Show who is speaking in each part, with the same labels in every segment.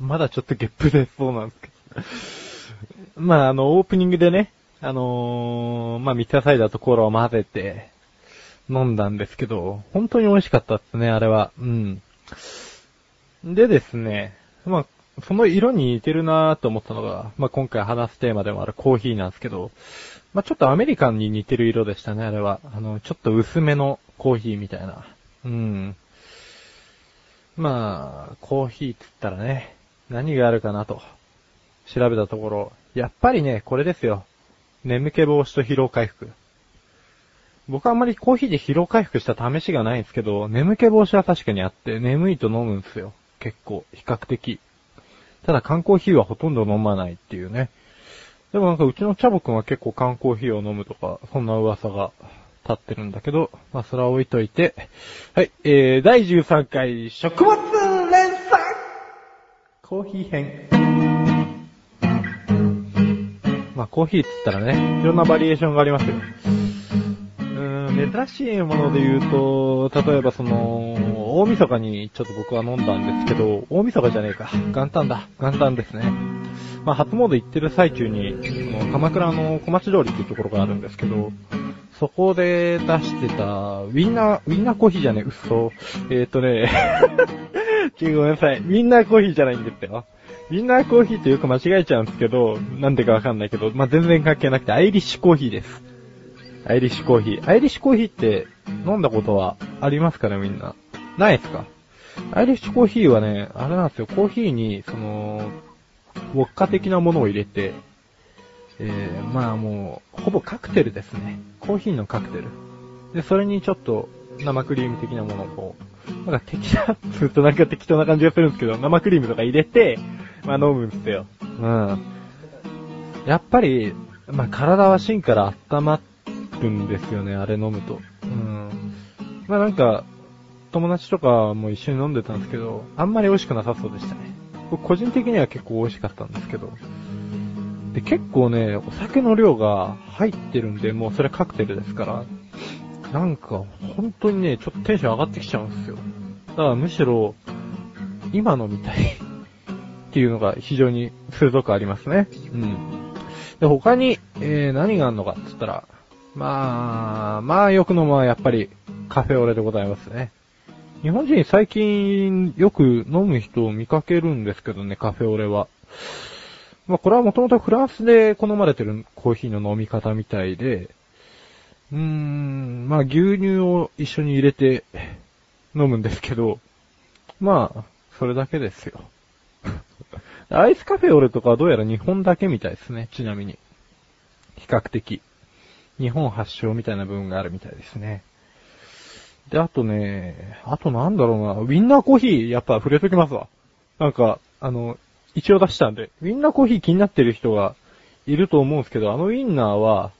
Speaker 1: まだちょっとゲップ出そうなんですけど。まあ、あの、オープニングでね、あのー、まあ、ミッタサイダーとコーラを混ぜて、飲んだんですけど、本当に美味しかったですね、あれは。うん。でですね、まあ、その色に似てるなーと思ったのが、まあ、今回話すテーマでもあるコーヒーなんですけど、まあ、ちょっとアメリカンに似てる色でしたね、あれは。あの、ちょっと薄めのコーヒーみたいな。うん。まあ、コーヒーって言ったらね、何があるかなと、調べたところ、やっぱりね、これですよ。眠気防止と疲労回復。僕はあんまりコーヒーで疲労回復した試しがないんですけど、眠気防止は確かにあって、眠いと飲むんですよ。結構、比較的。ただ缶コーヒーはほとんど飲まないっていうね。でもなんかうちのチャボくんは結構缶コーヒーを飲むとか、そんな噂が立ってるんだけど、まあそれは置いといて。はい、えー、第13回食物連鎖コーヒー編。まあコーヒーって言ったらね、いろんなバリエーションがありますよ。うーん、珍しいもので言うと、例えばその、大晦日にちょっと僕は飲んだんですけど、大晦日じゃねえか。元旦だ。元旦ですね。まあ、初詣行ってる最中に、その鎌倉の小町通りっていうところがあるんですけど、そこで出してた、ウィンナー、ウィンナーコーヒーじゃねえ、嘘。えー、っとね、 ちょごめんなさい。ウィンナーコーヒーじゃないんですよ。ウィンナーコーヒーってよく間違えちゃうんですけど、なんでかわかんないけど、まあ、全然関係なくて、アイリッシュコーヒーです。アイリッシュコーヒー。アイリッシュコーヒーって飲んだことはありますかね、みんな。ないですかアイリッシュコーヒーはね、あれなんですよ、コーヒーに、その、ウォッカ的なものを入れて、えー、まあもう、ほぼカクテルですね。コーヒーのカクテル。で、それにちょっと、生クリーム的なものをこう、なんか適当、ずっとなんか適当な感じがするんですけど、生クリームとか入れて、まあ飲むんですよ。うん。やっぱり、まあ、体は芯から温まるんですよね、あれ飲むと。うん。まあ、なんか、友達とかも一緒に飲んでたんですけど、あんまり美味しくなさそうでしたね。僕個人的には結構美味しかったんですけど。で、結構ね、お酒の量が入ってるんで、もうそれカクテルですから、なんか、本当にね、ちょっとテンション上がってきちゃうんですよ。だからむしろ、今飲みたい っていうのが非常に鋭くありますね。うん。で、他に、えー、何があるのかって言ったら、まあ、まあよく飲むのはやっぱりカフェオレでございますね。日本人最近よく飲む人を見かけるんですけどね、カフェオレは。まあこれはもともとフランスで好まれてるコーヒーの飲み方みたいで、うーん、まあ牛乳を一緒に入れて飲むんですけど、まあ、それだけですよ。 アイスカフェオレとかはどうやら日本だけみたいですね、ちなみに。比較的。日本発祥みたいな部分があるみたいですね。で、あとね、あとなんだろうな、ウィンナーコーヒー、やっぱ触れときますわ。なんか、あの、一応出したんで、ウィンナーコーヒー気になってる人がいると思うんですけど、あのウィンナーは、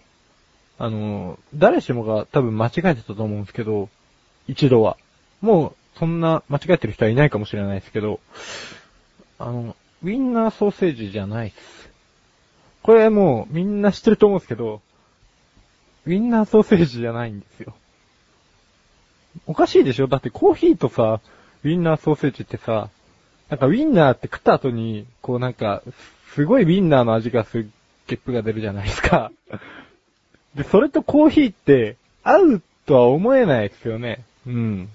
Speaker 1: あの、誰しもが多分間違えてたと思うんですけど、一度は。もう、そんな間違えてる人はいないかもしれないですけど、あの、ウィンナーソーセージじゃないっす。これもうみんな知ってると思うんですけど、ウィンナーソーセージじゃないんですよ。おかしいでしょだってコーヒーとさ、ウィンナーソーセージってさ、なんかウィンナーって食った後に、こうなんか、すごいウィンナーの味がするゲップが出るじゃないですか。で、それとコーヒーって、合うとは思えないですよね。うん。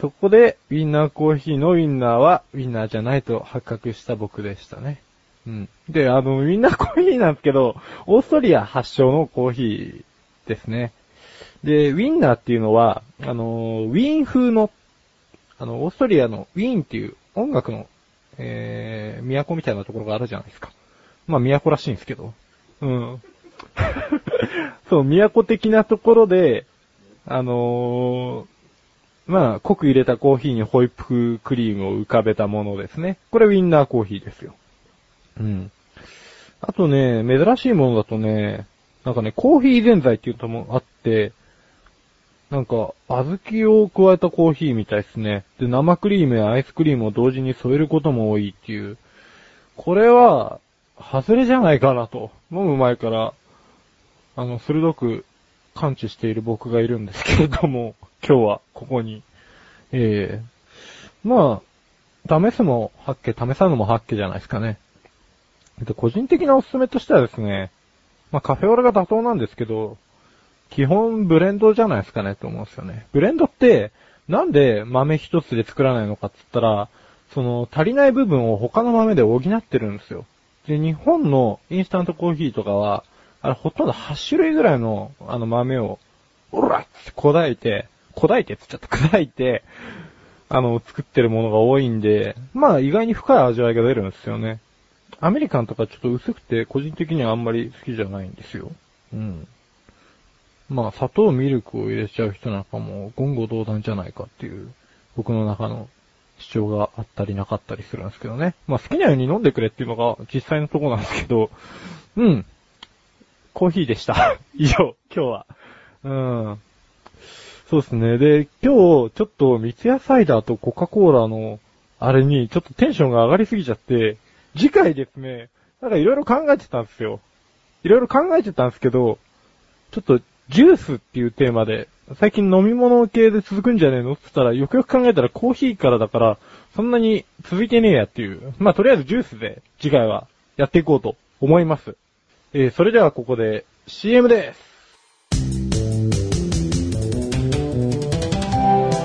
Speaker 1: そこで、ウィンナーコーヒーのウィンナーは、ウィンナーじゃないと発覚した僕でしたね。うん。で、あの、ウィンナーコーヒーなんですけど、オーストリア発祥のコーヒーですね。で、ウィンナーっていうのは、あの、ウィーン風の、あの、オーストリアのウィーンっていう音楽の、えー、都みたいなところがあるじゃないですか。まあ、都らしいんですけど。うん。 そう、都的なところで、あのーまあ、濃く入れたコーヒーにホイップクリームを浮かべたものですね。これウィンナーコーヒーですよ。うん。あとね、珍しいものだとね、なんかね、コーヒーぜんざいっていうのもあって、なんか、小豆を加えたコーヒーみたいですね。で、生クリームやアイスクリームを同時に添えることも多いっていう。これは、外れじゃないかなと。飲む前から、あの、鋭く感知している僕がいるんですけれども、今日はここに。ええまあ、試すも八景、試さぬも八景じゃないですかね。で、個人的なおすすめとしてはですね、まあカフェオレが妥当なんですけど、基本ブレンドじゃないですかねと思うんですよね。ブレンドって、なんで豆一つで作らないのかって言ったら、その足りない部分を他の豆で補ってるんですよ。で、日本のインスタントコーヒーとかは、あれほとんど8種類ぐらいのあの豆を、おらっつって砕いて、砕いてっつっちゃった、砕いて、あの、作ってるものが多いんで、まあ意外に深い味わいが出るんですよね。アメリカンとかちょっと薄くて、個人的にはあんまり好きじゃないんですよ。うん。まあ、砂糖、ミルクを入れちゃう人なんかも、言語道断じゃないかっていう、僕の中の主張があったりなかったりするんですけどね。まあ、好きなように飲んでくれっていうのが実際のところなんですけど、うん。コーヒーでした。 以上、今日は。うん。そうですね。で、今日、ちょっと、三ツ矢サイダーとコカ・コーラの、あれに、ちょっとテンションが上がりすぎちゃって、次回ですね、なんかいろいろ考えてたんですよ。いろいろ考えてたんですけど、ちょっと、ジュースっていうテーマで、最近飲み物系で続くんじゃねえのって言ったら、よくよく考えたらコーヒーからだから、そんなに続いてねえやっていう。まあ、とりあえずジュースで、次回は、やっていこうと思います。えー、それではここで、CM です。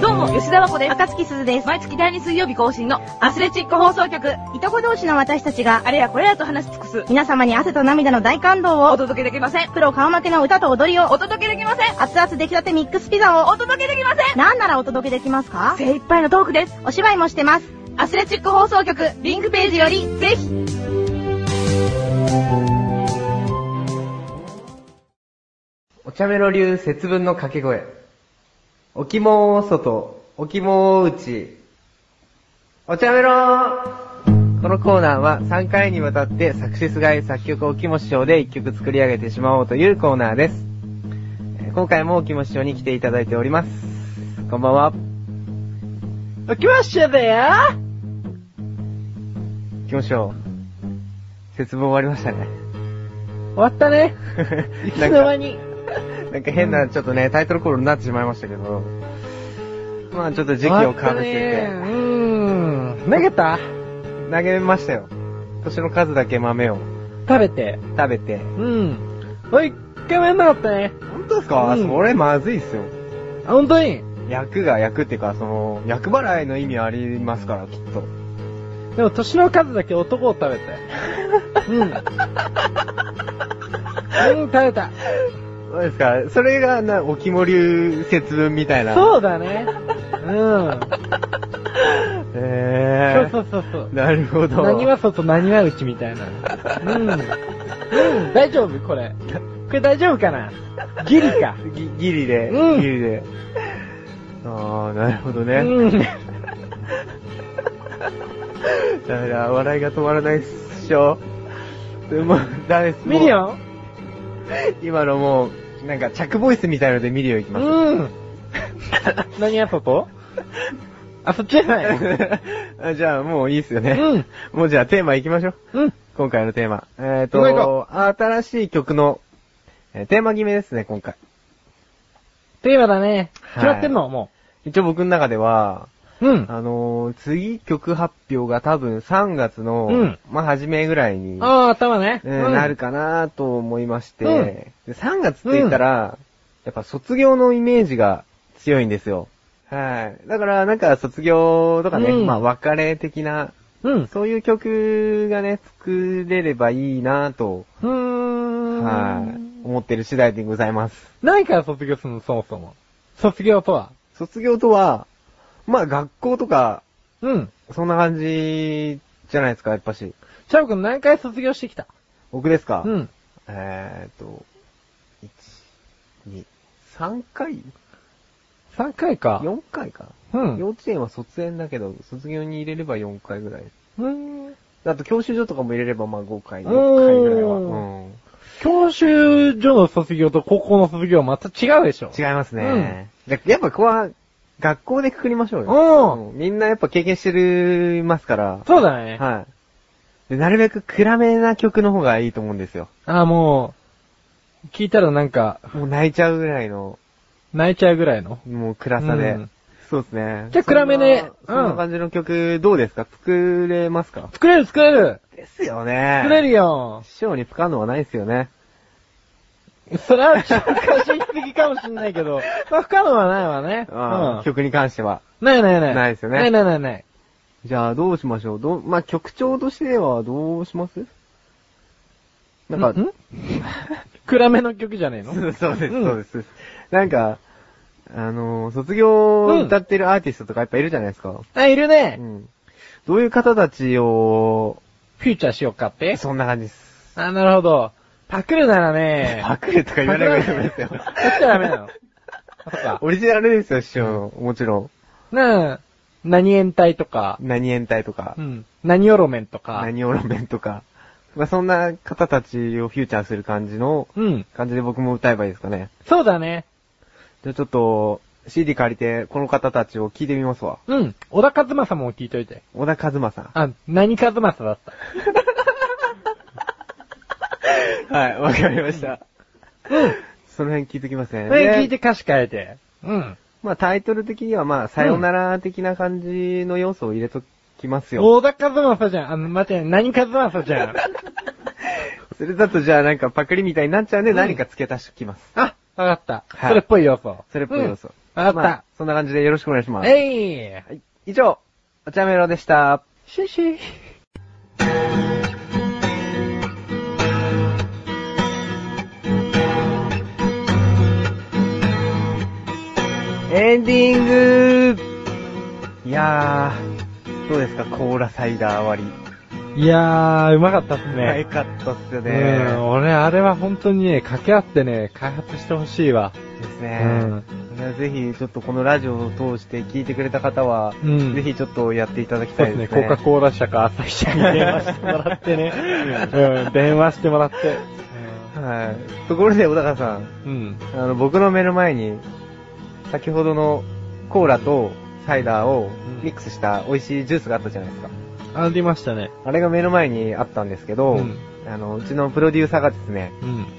Speaker 2: どうも、吉田和子です。
Speaker 3: 赤月鈴です。
Speaker 2: 毎月第2水曜日更新のアスレチック放送局。
Speaker 3: いとこ同士の私たちが、
Speaker 2: あれやこれやと話し尽くす。
Speaker 3: 皆様に汗と涙の大感動
Speaker 2: お
Speaker 3: を、
Speaker 2: 届けできません。
Speaker 3: プロ顔負けの歌と踊りを、
Speaker 2: お届けできません。
Speaker 3: 熱々出来立てミックスピザを、
Speaker 2: お届けできません。
Speaker 3: なんならお届けできますか
Speaker 2: 精一杯のトークです。
Speaker 3: お芝居もしてます。
Speaker 2: アスレチック放送局、リンクページより、ぜひ。
Speaker 4: お茶メロ流節分の掛け声。おきも外、おきも内。お茶メロこのコーナーは3回にわたって作詞すがい作曲おきも師匠で1曲作り上げてしまおうというコーナーです。えー今回もおきも師匠に来ていただいております。こんばんは。おきも師匠だよおきも師匠、節分終わりました ね。
Speaker 5: 終わったね。いつの間に。
Speaker 4: なんか変な、ちょっとね、タイトルコールになってしまいましたけど。まあちょっと時期をかぶ
Speaker 5: う
Speaker 4: せて。
Speaker 5: ーん。投げた
Speaker 4: 投げましたよ。年の数だけ豆を
Speaker 5: 食べて。
Speaker 4: 食べて。
Speaker 5: うん。おい、一回もやんなかったね。
Speaker 4: 本当ですか、
Speaker 5: うん
Speaker 4: それまずいっすよ。
Speaker 5: あ、ほんとに。
Speaker 4: 役が役っていうか、その、役払いの意味ありますから、きっと。
Speaker 5: でも年の数だけ男を食べて。うん。うん、食べた。
Speaker 4: そうですかそれが、な、おきも流節分みたいな。
Speaker 5: そうだね。うん。
Speaker 4: え
Speaker 5: そうそう
Speaker 4: ー。
Speaker 5: そうそう。
Speaker 4: なるほど。
Speaker 5: 何は外、何は内みたいな。うん。うん、大丈夫これ。これ大丈夫かなギリか。
Speaker 4: ぎギリで、
Speaker 5: うん
Speaker 4: ギリで。あー、なるほどね。
Speaker 5: うん。
Speaker 4: ダメだ、笑いが止まらないっしょ。でも、ダメです。もう
Speaker 5: ミリオン
Speaker 4: 今のもう、なんか、着ボイスみたいのでミリオンいきます。
Speaker 5: うん。何やそこあ、そっちじゃ ない。
Speaker 4: あじゃあ、もういいっすよね。
Speaker 5: うん。
Speaker 4: もうじゃあ、テーマいきましょう。
Speaker 5: うん。
Speaker 4: 今回のテーマ。えっ、
Speaker 5: 行こう
Speaker 4: と、新しい曲の、えーテーマ決めですね、今回。
Speaker 5: テーマだね。
Speaker 4: はい
Speaker 5: 決まってんの、も
Speaker 4: 一応僕の中では、
Speaker 5: う。うん。
Speaker 4: あのー次曲発表が多分3月の、
Speaker 5: うん
Speaker 4: まあ、初めぐらいに、
Speaker 5: ああ、頭ね。
Speaker 4: うんなるかなと思いまして、
Speaker 5: うん
Speaker 4: で3月って言ったら、やっぱ卒業のイメージが強いんですよ。はい。だから、なんか卒業とかね、
Speaker 5: うん
Speaker 4: まあ別れ的な、
Speaker 5: うん。
Speaker 4: そういう曲がね、作れればいいなと、
Speaker 5: うーん。
Speaker 4: はい、思ってる次第でございます。
Speaker 5: 何から卒業するの、そもそも。卒業とは。
Speaker 4: 卒業とは、まあ学校とか、
Speaker 5: うん。
Speaker 4: そんな感じじゃないですか、やっぱし。
Speaker 5: チャオくん何回卒業してきた
Speaker 4: 僕ですか
Speaker 5: うん。
Speaker 4: えーっと、1、2、3回
Speaker 5: 3回か。
Speaker 4: ?4 回か
Speaker 5: うん。
Speaker 4: 幼
Speaker 5: う
Speaker 4: 稚園は卒園だけど、卒業に入れれば4回ぐらい。
Speaker 5: ーん。
Speaker 4: あと、教習所とかも入れれば、まあ5回、
Speaker 5: おー
Speaker 4: 6回ぐらいは。うん、
Speaker 5: 教習所の卒業と高校の卒業はまた違うでしょ。
Speaker 4: 違いますね。じゃやっぱここは、学校でくくりましょうよ。
Speaker 5: うん。
Speaker 4: うんみんなやっぱ経験してるますから。
Speaker 5: そうだね。
Speaker 4: はい。でなるべく暗めな曲の方がいいと思うんですよ。
Speaker 5: ああ、もう、聞いたらなんか、
Speaker 4: もう泣いちゃうぐらいの、
Speaker 5: 泣いちゃうぐらいの。
Speaker 4: もう暗さで。
Speaker 5: うん
Speaker 4: そうですね。
Speaker 5: じゃあ暗めで
Speaker 4: そんな
Speaker 5: うん
Speaker 4: そんな感じの曲、どうですか作れますか
Speaker 5: 作れる作れる
Speaker 4: ですよね。
Speaker 5: 作れるよ
Speaker 4: 師匠に使うのはないですよね。
Speaker 5: それはちょっと過信しすぎかもしんないけ ど、まあ不可能はないわね。
Speaker 4: あー
Speaker 5: うん。
Speaker 4: 曲に関しては。
Speaker 5: ないないない。
Speaker 4: ないですよね
Speaker 5: ないないないない。
Speaker 4: じゃあ、どうしましょうどう、まあ、曲調としてはどうしますなんか、
Speaker 5: ん 暗めの曲じゃねえの
Speaker 4: そう そうです、
Speaker 5: うん
Speaker 4: そうです。なんか、あのー、卒業を歌ってるアーティストとかやっぱいるじゃないですか。
Speaker 5: あ、いるね、
Speaker 4: うん。どういう方たちを、
Speaker 5: フューチャーしようかって
Speaker 4: そんな感じです。
Speaker 5: あ、なるほど。パクるならね。
Speaker 4: パクるとか言わない方がいいですよ。
Speaker 5: パクら ないそっちはダメなの。そっか。
Speaker 4: オリジナルですよ、師匠の。もちろん。
Speaker 5: なあ、何延体とか、
Speaker 4: 何円体とか
Speaker 5: う、ん。何オロメンとか、
Speaker 4: 何オロメンとか。まあ、そんな方たちをフューチャーする感じの、
Speaker 5: うん。
Speaker 4: 感じで僕も歌えばいいですかね。
Speaker 5: そうだね。
Speaker 4: じゃあちょっと、CD 借りて、この方たちを聞いてみますわ。
Speaker 5: うん。小田和正も聞いといて。
Speaker 4: 小田和正さ
Speaker 5: あ、何和正だった。
Speaker 4: ん。はい、わかりました。その辺聞いてきますね。
Speaker 5: それ聞いて
Speaker 4: で
Speaker 5: 歌詞変えて。うん。
Speaker 4: まあタイトル的にはまあ、さよなら的な感じの要素を入れときますよ。
Speaker 5: 小田和正じゃん。あの、待って、何和正じゃ ん。
Speaker 4: それだとじゃあなんかパクリみたいになっちゃうんで、
Speaker 5: うん
Speaker 4: 何か付け足してきます。
Speaker 5: あ、わかった。
Speaker 4: はい
Speaker 5: それっぽい要素。
Speaker 4: それっぽい要素。
Speaker 5: うんわかった
Speaker 4: まあそんな感じでよろしくお願いします。
Speaker 5: えい
Speaker 4: はい。以上、お茶メロでした。
Speaker 5: シュシュ。
Speaker 4: エンディングいやー、どうですか、コーラサイダー割り。
Speaker 1: いやー、うまかったっす
Speaker 4: ね、
Speaker 1: ね
Speaker 4: よ。かったっすよ
Speaker 1: ね
Speaker 4: ね。
Speaker 1: 俺、あれは本当にね、掛け合ってね、開発してほしいわ。
Speaker 4: ですね。いやぜひ、ちょっとこのラジオを通して聞いてくれた方は、
Speaker 1: うん
Speaker 4: ぜひちょっとやっていただき
Speaker 1: そう
Speaker 4: た
Speaker 1: で
Speaker 4: い
Speaker 1: すね、
Speaker 4: です
Speaker 1: コ
Speaker 4: ね。
Speaker 1: カ・コーラ社か朝日社に電話してもら ってね。うん、電話してもらって。
Speaker 4: はい。ところで、小高さん、
Speaker 1: うん。
Speaker 4: あの、僕の目の前に、先ほどのコーラとサイダーを
Speaker 1: ん
Speaker 4: ミックスした美味しいジュースがあったじゃないですか。
Speaker 1: ありましたね。
Speaker 4: あれが目の前にあったんですけど、
Speaker 1: うん
Speaker 4: あの、うちのプロデューサーがですね、
Speaker 1: うん。
Speaker 4: こ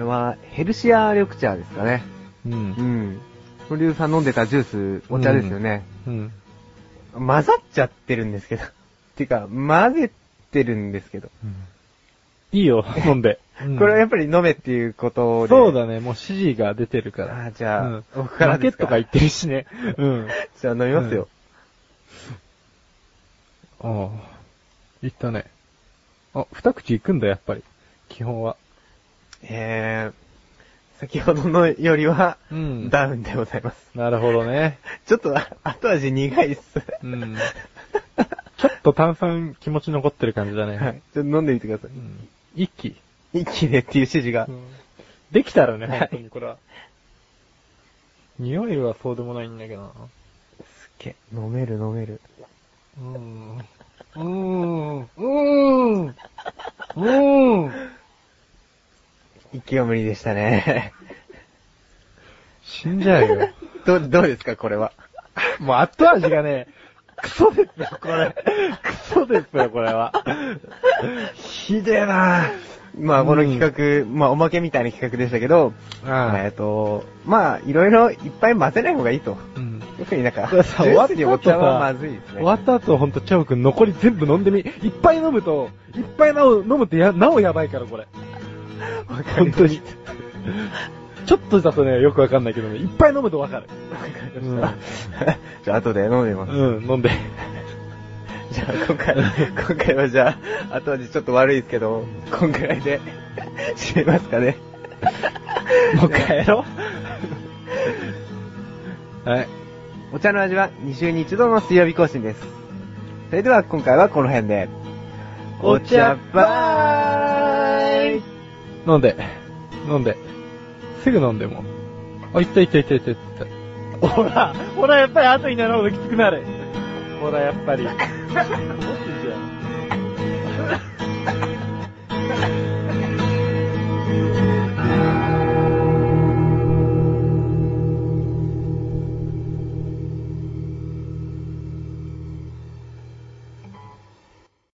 Speaker 4: れはヘルシア緑茶ですかね。
Speaker 1: う。
Speaker 4: うんん。プロデューサー飲んでたジュース、お茶ですよね。
Speaker 1: うん。
Speaker 4: 混ざっちゃってるんですけど。 っていうか、混ぜてるんですけど。
Speaker 1: いいよ、飲ん で。うん
Speaker 4: これはやっぱり飲めっていうことで。
Speaker 1: そうだね、もう指示が出てるか
Speaker 4: あ
Speaker 1: ら。
Speaker 4: ーじゃあ、
Speaker 1: うん
Speaker 4: 僕からで
Speaker 1: ラケ
Speaker 4: す
Speaker 1: ット
Speaker 4: か。
Speaker 1: が言ってるしね。うん。
Speaker 4: じゃあ飲みますよ。
Speaker 1: ああ。いったね。あ、二口いくんだ、やっぱり。基本は。
Speaker 4: えー、先ほどのよりは、
Speaker 1: うん
Speaker 4: ダウンでございます。
Speaker 1: なるほどね。
Speaker 4: ちょっと、あ後味苦いっす。
Speaker 1: うん。ちょっと炭酸気持ち残ってる感じだね。
Speaker 4: はい。ちょっと飲んでみてくださ
Speaker 1: う
Speaker 4: い。
Speaker 1: ん。一気。
Speaker 4: 一気でっていう指示が。
Speaker 1: できたらね、
Speaker 4: はい
Speaker 1: 本当にこれは。匂いはそうでもないんだけどな。
Speaker 4: すっげえ飲める飲める。
Speaker 1: うーん。うーん。うーん。うーん。
Speaker 4: 息は無理でしたね。
Speaker 1: 死んじゃうよ。
Speaker 4: ど、どうですか、これは。
Speaker 1: もう後味がね、クソですよ、これ。クソですよ、これは。ひでえな
Speaker 4: まあ、この企画、まあ、おまけみたいな企画でしたけど、えっ
Speaker 1: あ
Speaker 4: と、まあ、いろいろいっぱい混ぜない方がいいと。
Speaker 1: うん。
Speaker 4: 特にな んか、
Speaker 1: これさ
Speaker 4: ジュース
Speaker 1: 終
Speaker 4: に
Speaker 1: わ
Speaker 4: お
Speaker 1: った
Speaker 4: 茶
Speaker 1: 後
Speaker 4: は
Speaker 1: さ
Speaker 4: まずいですね。
Speaker 1: 終わ った後ほんと、チャオくん残り全部飲んでみ。いっぱい飲むと、いっぱいなお飲むってや、なおやばいから、これ。
Speaker 4: わかり
Speaker 1: 本
Speaker 4: ました
Speaker 1: 当に。ちょっとだとね、よくわかんないけどね、いっぱい飲むとわかる。
Speaker 4: じゃあ、後で飲んでみます。
Speaker 1: うん、飲んで。
Speaker 4: じゃあ、今回、今回はじゃあ、後味ちょっと悪いですけど、こんくらいで、締めますかね。
Speaker 1: もう帰ろう。 はい。
Speaker 4: お茶の味は2週に1度の水曜日更新です。それでは、今回はこの辺で。
Speaker 1: お茶
Speaker 4: バーイ
Speaker 1: 飲んで。飲んで。すぐ飲んでもう。あ、いったいったいったいったい った。ほら、ほら、やっぱり後になるほどきつくなる。ほら、やっぱり。